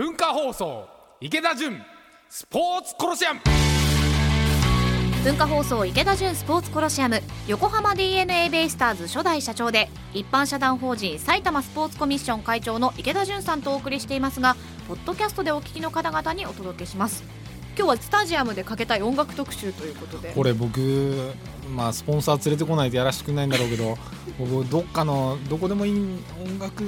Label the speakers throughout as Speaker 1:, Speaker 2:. Speaker 1: 放送池田純スポーツコロシアム
Speaker 2: 文化放送池田純スポーツコロシアム横浜 d n a ベイスターズ初代社長で一般社団法人埼玉スポーツコミッション会長の池田純さんとお送りしていますがポッドキャストでお聞きの方々にお届けします今日はスタジアムでかけたい音楽特集ということで
Speaker 3: これ僕まあスポンサー連れてこないとやらしてくれないんだろうけど僕どっかのどこでもいい音楽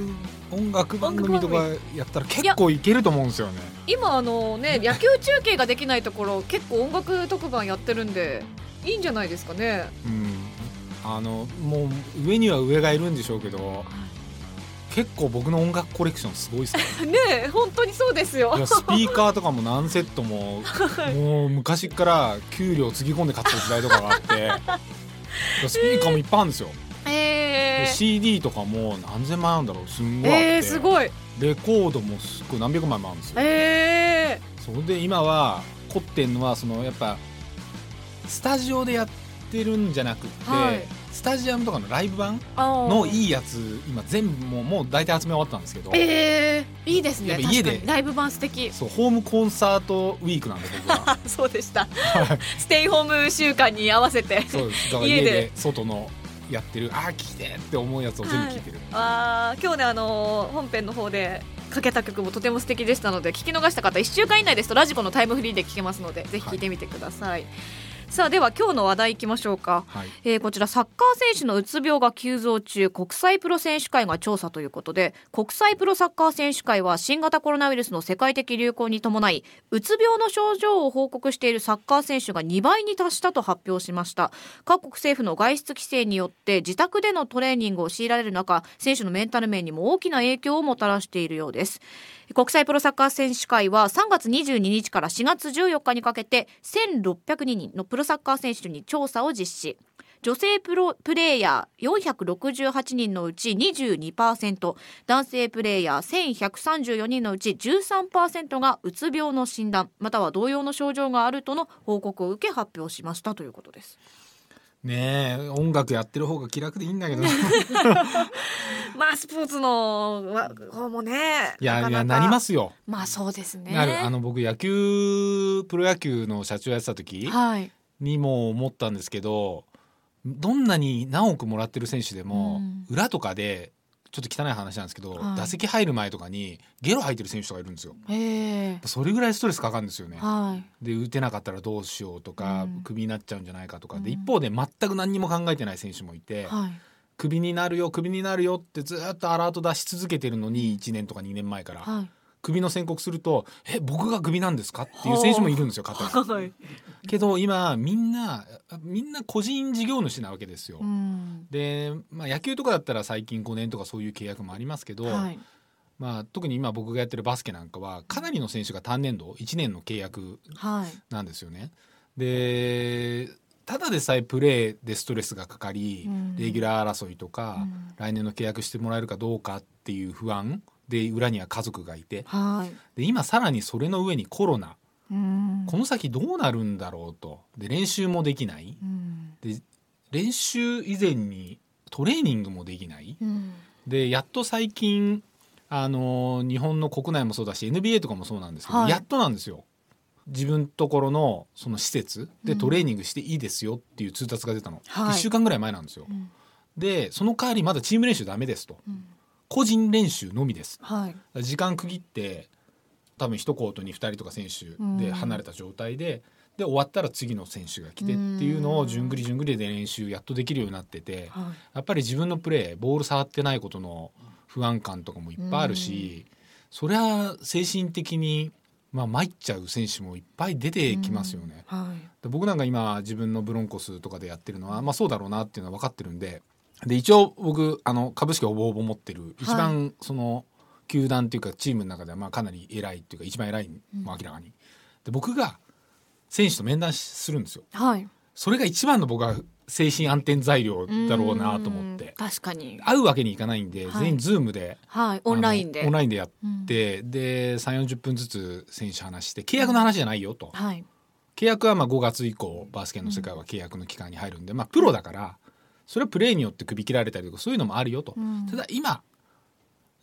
Speaker 3: 音楽番組とかやったら結構いけると思うんですよね
Speaker 2: 今あの ね野球中継ができないところ結構音楽特番やってるんでいいんじゃないですかね
Speaker 3: うんあのもう上には上がいるんでしょうけど結構僕の音楽コレクションすごいっす ね
Speaker 2: ねえ本当にそうですよ
Speaker 3: いやスピーカーとかも何セットももう昔から給料つぎ込んで買ってる時代とかがあっていやスピーカーもいっぱいあるんですよ、
Speaker 2: え
Speaker 3: で
Speaker 2: ー
Speaker 3: CD とかも何千枚あるんだろうすんごいあって、
Speaker 2: えー、すごい
Speaker 3: レコードもすっごい何百枚もあるんですよ
Speaker 2: え
Speaker 3: それで今は凝ってんのはそのやっぱスタジオでやってるんじゃなくって、
Speaker 2: はい
Speaker 3: スタジアムとかのライブ版
Speaker 2: ー、あー
Speaker 3: のいいやつ今全部もうもう大体集め終わったんですけど、
Speaker 2: えー、いいですね
Speaker 3: やっぱ家で
Speaker 2: 確かにライブ版素敵
Speaker 3: そうホームコンサートウィークなんで僕は
Speaker 2: そうでしたステイホーム週間に合わせて
Speaker 3: そうですだから
Speaker 2: 家
Speaker 3: 家
Speaker 2: で
Speaker 3: で外のやってるああ聞いてって思うやつを全部聞いてる、
Speaker 2: あー今日ねあのー本編の方でかけた曲もとても素敵でしたので聞き逃した方1週間以内ですとラジコのタイムフリーで聞けますのでぜひ聞いてみてください、さあでは今日の話題いきましょうか
Speaker 3: はい
Speaker 2: えーこちらサッカー選手のうつ病が急増中国際プロ選手会が調査ということで国際プロサッカー選手会は新型コロナウイルスの世界的流行に伴いうつ病の症状を報告しているサッカー選手が2倍に達したと発表しました各国政府の外出規制によって自宅でのトレーニングを強いられる中選手のメンタル面にも大きな影響をもたらしているようです国際プロサッカー選手会は3月22日から4月14日にかけて1602人のプロサッカー選手に調査を実施女性プロプレーヤー468人のうち22%男性プレーヤー1134人のうち13%がうつ病の診断または同様の症状があるとの報告を受け発表しましたということです。
Speaker 3: ねえ音楽やってる方が気楽でいいんだ けどい
Speaker 2: まあスポーツのわ方もね
Speaker 3: やいやなりますすよ、
Speaker 2: まあそうですね
Speaker 3: なるあの僕野球プロ野球の社長やってた時
Speaker 2: はい
Speaker 3: にも思ったんですけどどんなに何億もらってる選手でも、
Speaker 2: う
Speaker 3: 裏とかでちょっと汚い話なんですけど、
Speaker 2: はい
Speaker 3: 打席入る前とかにゲロ吐いてる選手とかいるんですよ。
Speaker 2: ええ
Speaker 3: それぐらいストレスかかるんですよね。
Speaker 2: はい
Speaker 3: で打てなかったらどうしようとか、
Speaker 2: うん
Speaker 3: クビになっちゃうんじゃないかとかで
Speaker 2: うん
Speaker 3: 一方で全く何にも考えてない選手もいて、
Speaker 2: はい
Speaker 3: クビになるよクビになるよってずっとアラート出し続けてるのに1年とか2年前から、
Speaker 2: はい
Speaker 3: クビの宣告すると「え僕がクビなんですか?」っていう選手もいるんですよ肩が。
Speaker 2: はい
Speaker 3: けど今みんなみんな個人事業主なわけですよ。
Speaker 2: うん
Speaker 3: で、まあ、野球とかだったら最近5年とかそういう契約もありますけど、
Speaker 2: はい
Speaker 3: まあ、特に今僕がやってるバスケなんかはかなりの選手が単年度1年の契約
Speaker 2: はい
Speaker 3: なんですよね。でただでさえプレーでストレスがかかり、
Speaker 2: うん
Speaker 3: レギュラー争いとか、
Speaker 2: うん
Speaker 3: 来年の契約してもらえるかどうかっていう不安で裏には家族がいて
Speaker 2: はい
Speaker 3: で今さらにそれの上にコロナ
Speaker 2: うん
Speaker 3: この先どうなるんだろうとで練習もできない
Speaker 2: うん
Speaker 3: 練習以前にトレーニングもできない
Speaker 2: うん
Speaker 3: でやっと最近あのー日本の国内もそうだし NBA とかもそうなんですけど、
Speaker 2: はい
Speaker 3: やっとなんですよ自分ところのその施設でトレーニングしていいですよっていう通達が出たの、
Speaker 2: はい
Speaker 3: 1週間ぐらい前なんですよ、
Speaker 2: うん
Speaker 3: でその代わりまだチーム練習ダメですと
Speaker 2: うん
Speaker 3: 個人練習のみです
Speaker 2: はい
Speaker 3: 時間区切って多分一コートに2人とか選手で離れた状態で、で終わったら次の選手が来てっていうのをじゅんぐりじゅんぐりで練習やっとできるようになってて、
Speaker 2: はい
Speaker 3: やっぱり自分のプレーボール触ってないことの不安感とかもいっぱいあるし、そりゃ精神的に、まあ、参っちゃう選手もいっぱい出てきますよね。
Speaker 2: はい
Speaker 3: で僕なんか今自分のブロンコスとかでやってるのは、まあ、そうだろうなっていうのは分かってるんでで一応僕あの株式をほぼほぼ持ってる一番その球団っていうかチームの中ではまあかなり偉いっていうか一番偉いもう明らかに。で僕が選手と面談しするんですよ。
Speaker 2: はい
Speaker 3: それが一番の僕は精神安定材料だろうなと思っ
Speaker 2: うん
Speaker 3: て
Speaker 2: 確かに
Speaker 3: 会うわけにいかないんで、
Speaker 2: はい
Speaker 3: 全員ズームで
Speaker 2: はいオンラインで
Speaker 3: あのオンラインでやっ
Speaker 2: うん
Speaker 3: て、で3 4 0分ずつ選手話して契約の話じゃないよと、
Speaker 2: はい
Speaker 3: 契約はまあ5月以降バスケの世界は契約の期間に入るんで、まあ、プロだからそれはプレーによって首切られたりとかそういうのもあるよと、
Speaker 2: うん
Speaker 3: ただ今やっ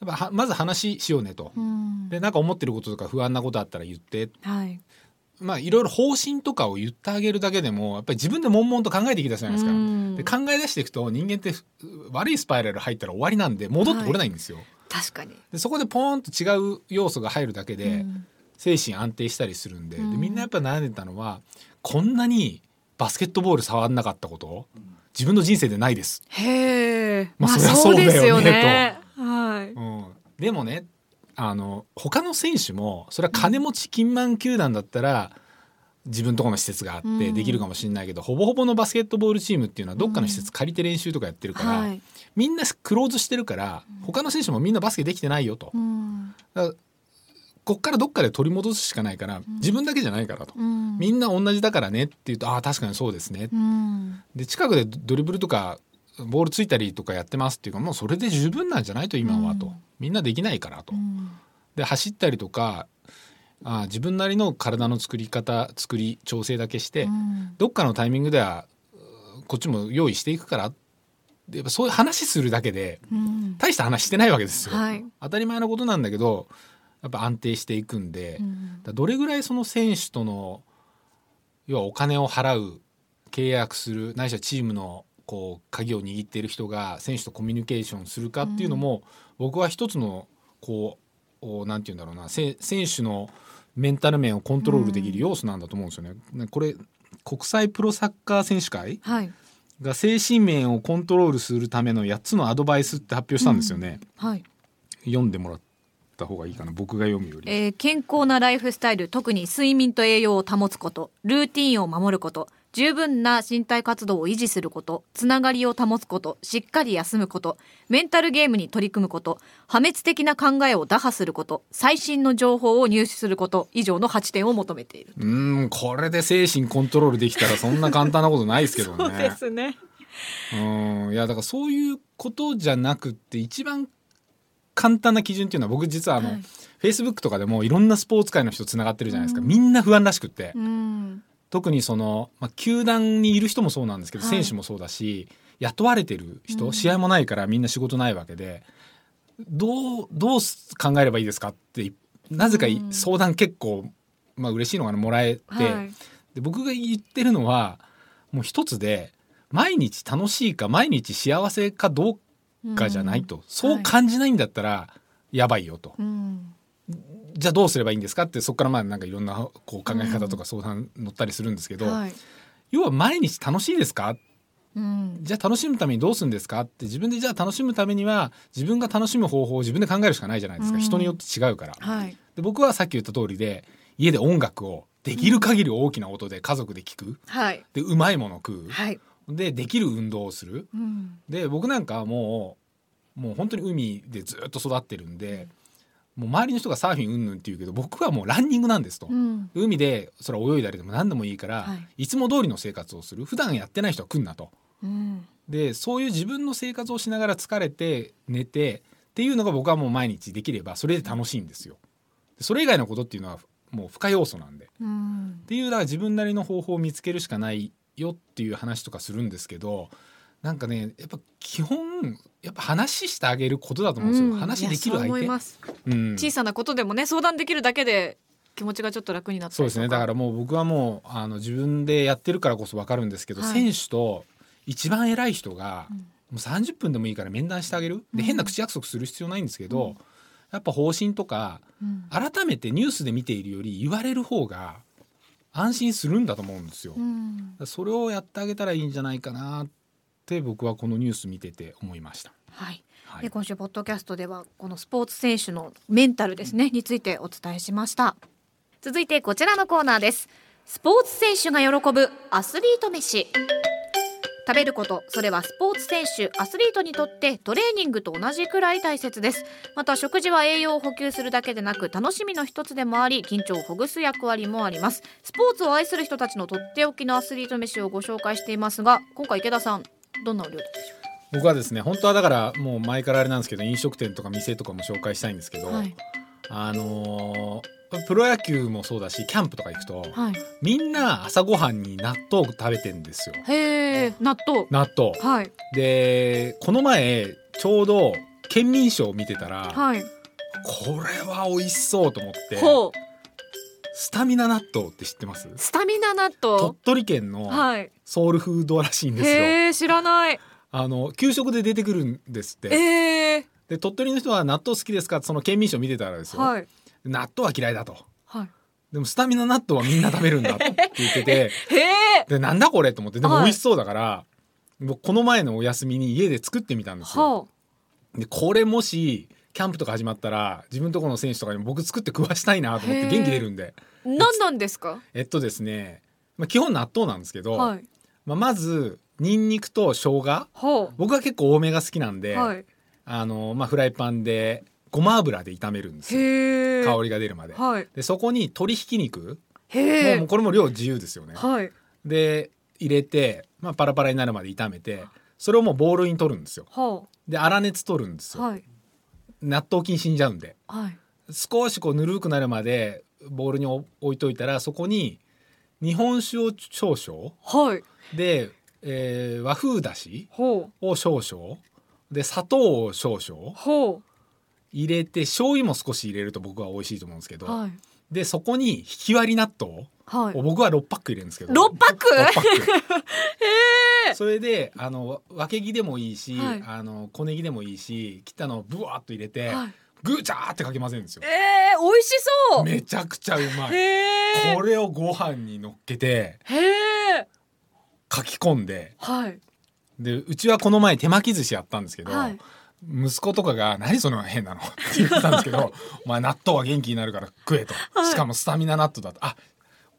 Speaker 3: ぱはまず話しようねと。
Speaker 2: うん
Speaker 3: でなんか思ってることとか不安なことあったら言って
Speaker 2: はい
Speaker 3: まあいろいろ方針とかを言ってあげるだけでもやっぱり自分で悶々と考えてきたじゃないですか。
Speaker 2: うん
Speaker 3: で考え出していくと人間ってふ悪いスパイラル入ったら終わりなんで戻ってこれないんですよ。
Speaker 2: 確かに
Speaker 3: でそこでポーンと違う要素が入るだけで精神安定したりするんで,、
Speaker 2: うん
Speaker 3: でみんなやっぱ悩んでたのはこんなにバスケットボール触んなかったこと自分の人生でないです。
Speaker 2: へえ
Speaker 3: まあそりゃそうだよね
Speaker 2: はい
Speaker 3: うん、でもねあの他の選手もそれは金持ち金満球団だったら自分とこの施設があ
Speaker 2: う
Speaker 3: って
Speaker 2: ん
Speaker 3: できるかもしれないけど、ほぼほぼのバスケットボールチームっていうのはどっかの施設借りて練習とかやってるから、
Speaker 2: はい
Speaker 3: みんなクローズしてるから他の選手もみんなバスケできてないよと、
Speaker 2: うん
Speaker 3: こっからどっかで取り戻すしかないから自分だけじゃないからと、
Speaker 2: うん
Speaker 3: みんな同じだからねって言うとああ確かにそうですね、
Speaker 2: うん
Speaker 3: で近くでドリブルとかボールついたりとかやってますっていうかもうそれで十分なんじゃないと今はと、
Speaker 2: うん
Speaker 3: みんなできないからと。
Speaker 2: うん
Speaker 3: で走ったりとかあ自分なりの体の作り方作り調整だけして、
Speaker 2: うん
Speaker 3: どっかのタイミングではうこっちも用意していくからでやっぱそういう話するだけで
Speaker 2: うん
Speaker 3: 大した話してないわけですよ、
Speaker 2: はい
Speaker 3: 当たり前のことなんだけどやっぱ安定していくんで、
Speaker 2: うん
Speaker 3: だどれぐらいその選手との要はお金を払う契約するないしはチームのこう鍵を握っている人が選手とコミュニケーションするかっていうのも、僕は一つのこうおなんて言うんだろうなせ選手のメンタル面をコントロールできる要素なんだと思うんですよね。ねこれ国際プロサッカー選手会
Speaker 2: はい
Speaker 3: が精神面をコントロールするための8つのアドバイスって発表したんですよね。
Speaker 2: はい
Speaker 3: 読んでもらった方がいいかな僕が読むより。
Speaker 2: えー健康なライフスタイル特に睡眠と栄養を保つことルーティンを守ること十分な身体活動を維持することつながりを保つことしっかり休むことメンタルゲームに取り組むこと破滅的な考えを打破すること最新の情報を入手すること以上の8点を求めている
Speaker 3: うーんこれで精神コントロールできたらそんな簡単なことないですけどね。
Speaker 2: すね
Speaker 3: うんいやだからそういうことじゃなくって一番簡単な基準っていうのは僕実はあの、
Speaker 2: はい
Speaker 3: Facebook とかでもいろんなスポーツ界の人つながってるじゃないですか、
Speaker 2: うん
Speaker 3: みんな不安らしくって、
Speaker 2: うん
Speaker 3: 特にその、まあ、球団にいる人もそうなんですけど、
Speaker 2: はい
Speaker 3: 選手もそうだし雇われてる人、
Speaker 2: うん
Speaker 3: 試合もないからみんな仕事ないわけでどうどう考えればいいですかってなぜかい
Speaker 2: うん
Speaker 3: 相談結構、まあ嬉しいのがなもらえて。
Speaker 2: はい
Speaker 3: で僕が言ってるのはもう一つで毎日楽しいか毎日幸せかどうかじゃないと、そう感じないんだったらやばいよと、
Speaker 2: うん
Speaker 3: じゃあどうすればいいんですかってそこからまあなんかいろんなこう考え方とか相談乗ったりするんですけど、
Speaker 2: はい
Speaker 3: 要は毎日楽しいですか
Speaker 2: うん
Speaker 3: じゃあ楽しむためにどうするんですかって自分でじゃあ楽しむためには自分が楽しむ方法を自分で考えるしかないじゃないですか、
Speaker 2: うん
Speaker 3: 人によって違うから。
Speaker 2: はい
Speaker 3: で僕はさっき言った通りで家で音楽をできる限り大きな音で家族で聴く
Speaker 2: はい
Speaker 3: でうまいもの食う、
Speaker 2: はい
Speaker 3: でできる運動をする
Speaker 2: うん
Speaker 3: で僕なんかはもうもう本当に海でずっと育ってるんでもう周りの人がサーフィンうんぬんって言うけど僕はもうランニングなんですと、
Speaker 2: うん
Speaker 3: 海でそれは泳いだりでも何でもいいから、、
Speaker 2: はい
Speaker 3: つも通りの生活をする普段やってない人は来んなと
Speaker 2: うん
Speaker 3: でそういう自分の生活をしながら疲れて寝てっていうのが僕はもう毎日できればそれで楽しいんですよでそれ以外のことっていうのはもう不可要素なんで
Speaker 2: うん
Speaker 3: っていうだから自分なりの方法を見つけるしかないよっていう話とかするんですけどなんかねやっぱ基本やっぱ話してあげることだと思うんですよ、
Speaker 2: うん
Speaker 3: 話できる
Speaker 2: いやそう
Speaker 3: 相
Speaker 2: 思い
Speaker 3: 手
Speaker 2: ます
Speaker 3: うん、
Speaker 2: 小さなことでもね相談できるだけで気持ちがちょっと楽になったり
Speaker 3: そうですねだかららもう僕はもうあの自分でやってるからこそ分かるんですけど、
Speaker 2: はい
Speaker 3: 選手と一番偉い人が、
Speaker 2: うん
Speaker 3: もう30分でもいいから面談してあげる
Speaker 2: う
Speaker 3: で
Speaker 2: ん
Speaker 3: 変な口約束する必要ないんですけど、
Speaker 2: うん
Speaker 3: やっぱ方針とか
Speaker 2: うん
Speaker 3: 改めてニュースで見ているより言われる方が安心するんだと思うんですよ。
Speaker 2: うん
Speaker 3: それをやってあげたらいいんじゃないかなって僕はこのニュース見てて思いました。
Speaker 2: はい
Speaker 3: は
Speaker 2: で
Speaker 3: い、
Speaker 2: 今週ポッドキャストではこのスポーツ選手のメンタルですねについてお伝えしました続いてこちらのコーナーですスポーツ選手が喜ぶアスリート飯食べることそれはスポーツ選手アスリートにとってトレーニングと同じくらい大切ですまた食事は栄養を補給するだけでなく楽しみの一つでもあり緊張をほぐす役割もありますスポーツを愛する人たちのとっておきのアスリート飯をご紹介していますが今回池田さんどんなお料理でしょ
Speaker 3: 僕はですね本当はだからもう前からあれなんですけど飲食店とか店とかも紹介したいんですけど、
Speaker 2: うはい
Speaker 3: あのープロ野球もそうだしキャンプとか行くと
Speaker 2: はい
Speaker 3: みんな朝ごはんに納豆を食べてんですよ
Speaker 2: へえ納豆
Speaker 3: 納豆。
Speaker 2: はい。
Speaker 3: でこの前ちょうど県民賞を見てたら、
Speaker 2: はい。
Speaker 3: これは美味しそうと思って
Speaker 2: ほう。
Speaker 3: スタミナ納豆って知ってます
Speaker 2: スタミナ納
Speaker 3: 鳥
Speaker 2: 豆。
Speaker 3: 取県の
Speaker 2: はい。
Speaker 3: ソウルフードらしいんですよ、
Speaker 2: へえ、知らない。
Speaker 3: あの給食で出てくるんですって
Speaker 2: ええ。
Speaker 3: で鳥取の人は納豆好きですかってその県民賞見てたらですよ、
Speaker 2: はい。
Speaker 3: 納豆は嫌いだと
Speaker 2: はい。
Speaker 3: でもスタミナ納豆はみんな食べるんだって言ってて
Speaker 2: へ え。
Speaker 3: でなんだこれと思ってでも
Speaker 2: はい
Speaker 3: 美味しそうだから、僕この前のお休みに家で作ってみたんですよ。
Speaker 2: は
Speaker 3: でこれもしキャンプとか始まったら自分とこの選手とかにも僕作って食わしたいなと思っ
Speaker 2: へ
Speaker 3: て
Speaker 2: ー
Speaker 3: 元気出るんで
Speaker 2: あ。なんなんですか。
Speaker 3: えっとですね、まあ、基本納豆なんですけど、
Speaker 2: はい。
Speaker 3: まあ、まずニンニクと生姜
Speaker 2: ほ
Speaker 3: 僕は結構多めが好きなん
Speaker 2: う。
Speaker 3: で、
Speaker 2: はい。
Speaker 3: あのまあ、フライパンでごま油で炒めるんですよ
Speaker 2: へえ。
Speaker 3: 香りが出るまで。
Speaker 2: はい。
Speaker 3: でそこに鶏ひき肉
Speaker 2: へ
Speaker 3: もうも
Speaker 2: え
Speaker 3: う。これも量自由ですよね。
Speaker 2: はい。
Speaker 3: で入れて、まあ、パラパラになるまで炒めてそれをもうボウルに取るんですよ
Speaker 2: ほ
Speaker 3: で粗熱取るんです
Speaker 2: う。
Speaker 3: よ、
Speaker 2: はい。
Speaker 3: 納豆菌死んじゃうんで
Speaker 2: はい。
Speaker 3: 少しこうぬるくなるまでボウルに置いといたらそこに日本酒を少々
Speaker 2: はい。
Speaker 3: で、えー和風だし
Speaker 2: ほう。
Speaker 3: を少々で砂糖を少々
Speaker 2: ほ
Speaker 3: 入れて醤油も少し入れると僕は美味しいと思うんですけ
Speaker 2: う。
Speaker 3: ど、
Speaker 2: はい。
Speaker 3: でそこにひき割り納豆
Speaker 2: は
Speaker 3: を
Speaker 2: い。
Speaker 3: 僕は6パック入れるんですけど
Speaker 2: 六パック。
Speaker 3: 六パ ックそれであのわけぎでもいいし、
Speaker 2: はい
Speaker 3: あの小ネギでもいいし切ったのをブワーっと入れて、
Speaker 2: はい
Speaker 3: ぐちゃーってかけ混ぜるんですよ
Speaker 2: ええ、美味しそう。
Speaker 3: めちゃくちゃうまい
Speaker 2: へえ
Speaker 3: こ。れをご飯に乗っけて
Speaker 2: へえ。
Speaker 3: かき込んで
Speaker 2: はい。
Speaker 3: でうちはこの前手巻き寿司やったんですけど、
Speaker 2: はい。
Speaker 3: 息子とかが「何その変なの」って言ってたんです けど「お前納豆は元気になるから食えと」
Speaker 2: はい
Speaker 3: しかもスタミナ納豆だとあ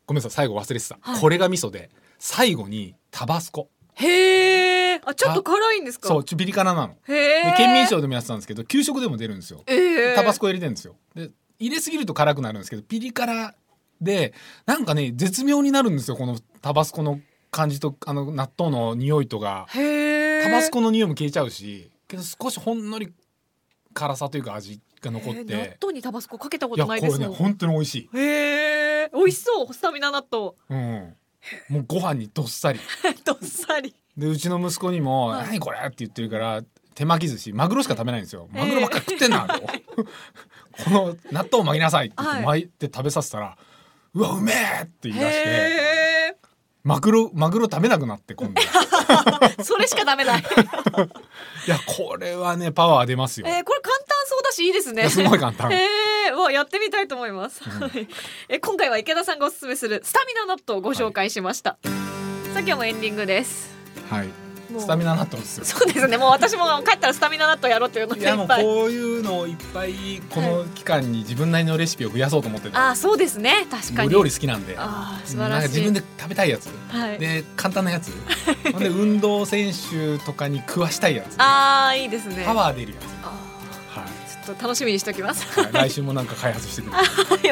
Speaker 3: ごめんなさい最後忘れてた、
Speaker 2: はい
Speaker 3: これが味噌で最後にタバスコ
Speaker 2: へえ。あ、ちょっと辛いんですか。
Speaker 3: そう。ちょビリ辛なの。
Speaker 2: へ
Speaker 3: で
Speaker 2: え。
Speaker 3: 県民。賞でもやってたんですけど給食でも出るんですよ、
Speaker 2: ええ。
Speaker 3: タバスコ入れてるんですよで入れすぎると辛くなるんですけどピリ辛でなんかね絶妙になるんですよこのタバスコの感じとあの納豆の匂いとか
Speaker 2: へえ。
Speaker 3: タバスコの匂いも消えちゃうしけど少しほんのり辛さというか味が残っ
Speaker 2: え
Speaker 3: て、
Speaker 2: ー納豆にタバスコかけたこ
Speaker 3: いや
Speaker 2: と
Speaker 3: こ
Speaker 2: ない
Speaker 3: れ
Speaker 2: です
Speaker 3: ね
Speaker 2: もん。
Speaker 3: 本当に美味しい、
Speaker 2: へえ、美味しそう、スタミナ納豆。
Speaker 3: うん、もうご飯にどっさり
Speaker 2: どっさり。
Speaker 3: でうちの息子にも「
Speaker 2: はい
Speaker 3: 何これ!」って言ってるから手巻き寿司マグロしか食べないんですよマグロばっかり食って んな、とこの納豆を巻きなさいって言って
Speaker 2: はい
Speaker 3: 巻いて食べさせたら「うわうめえ!」って言い出して
Speaker 2: へえ、
Speaker 3: マグロマグロ食べなくなって 今度い
Speaker 2: それしかダメ だ。
Speaker 3: やこれはねパワー出ま すよ、
Speaker 2: えー、これ簡単そうだしいいです
Speaker 3: い
Speaker 2: ね。
Speaker 3: やすごい簡単
Speaker 2: へえ、もうやってみたいと思います。はいえ今回は池田さんがおすすめするスタミナ納豆をご紹介しました。さあ今日もエンディングです。
Speaker 3: はい
Speaker 2: もう
Speaker 3: スタミナ納豆ですよ
Speaker 2: そうですね。もう私も帰ったらスタミナ納豆やろうっていうの
Speaker 3: い
Speaker 2: でい
Speaker 3: やも
Speaker 2: っ
Speaker 3: う
Speaker 2: ぱい。
Speaker 3: こういうのをいっぱいこの期間に自分なりのレシピを増やそうと思ってて、
Speaker 2: ああ、そうですね。確か
Speaker 3: お
Speaker 2: に。
Speaker 3: 料理好きなんで
Speaker 2: ああ、素
Speaker 3: な
Speaker 2: 晴
Speaker 3: ん
Speaker 2: ら
Speaker 3: か
Speaker 2: し
Speaker 3: 自
Speaker 2: い。
Speaker 3: 分で食べたいやつ
Speaker 2: はい。
Speaker 3: で簡単なやつほんで運動選手とかに食わしたいやつ
Speaker 2: ああ、いいですね。
Speaker 3: パワー出るやつ、
Speaker 2: あ
Speaker 3: は
Speaker 2: ーちょっと楽しみにしておきます。
Speaker 3: い、来週もなんか開発してくる
Speaker 2: は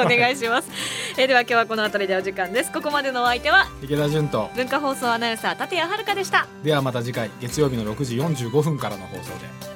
Speaker 2: い、お願いします。えーでは今日はこの辺りでお時間です。ここまでのお相手は
Speaker 3: 池田純と
Speaker 2: 文化放送アナウンサー立谷遥香でした。
Speaker 3: ではまた次回月曜日の6時45分からの放送で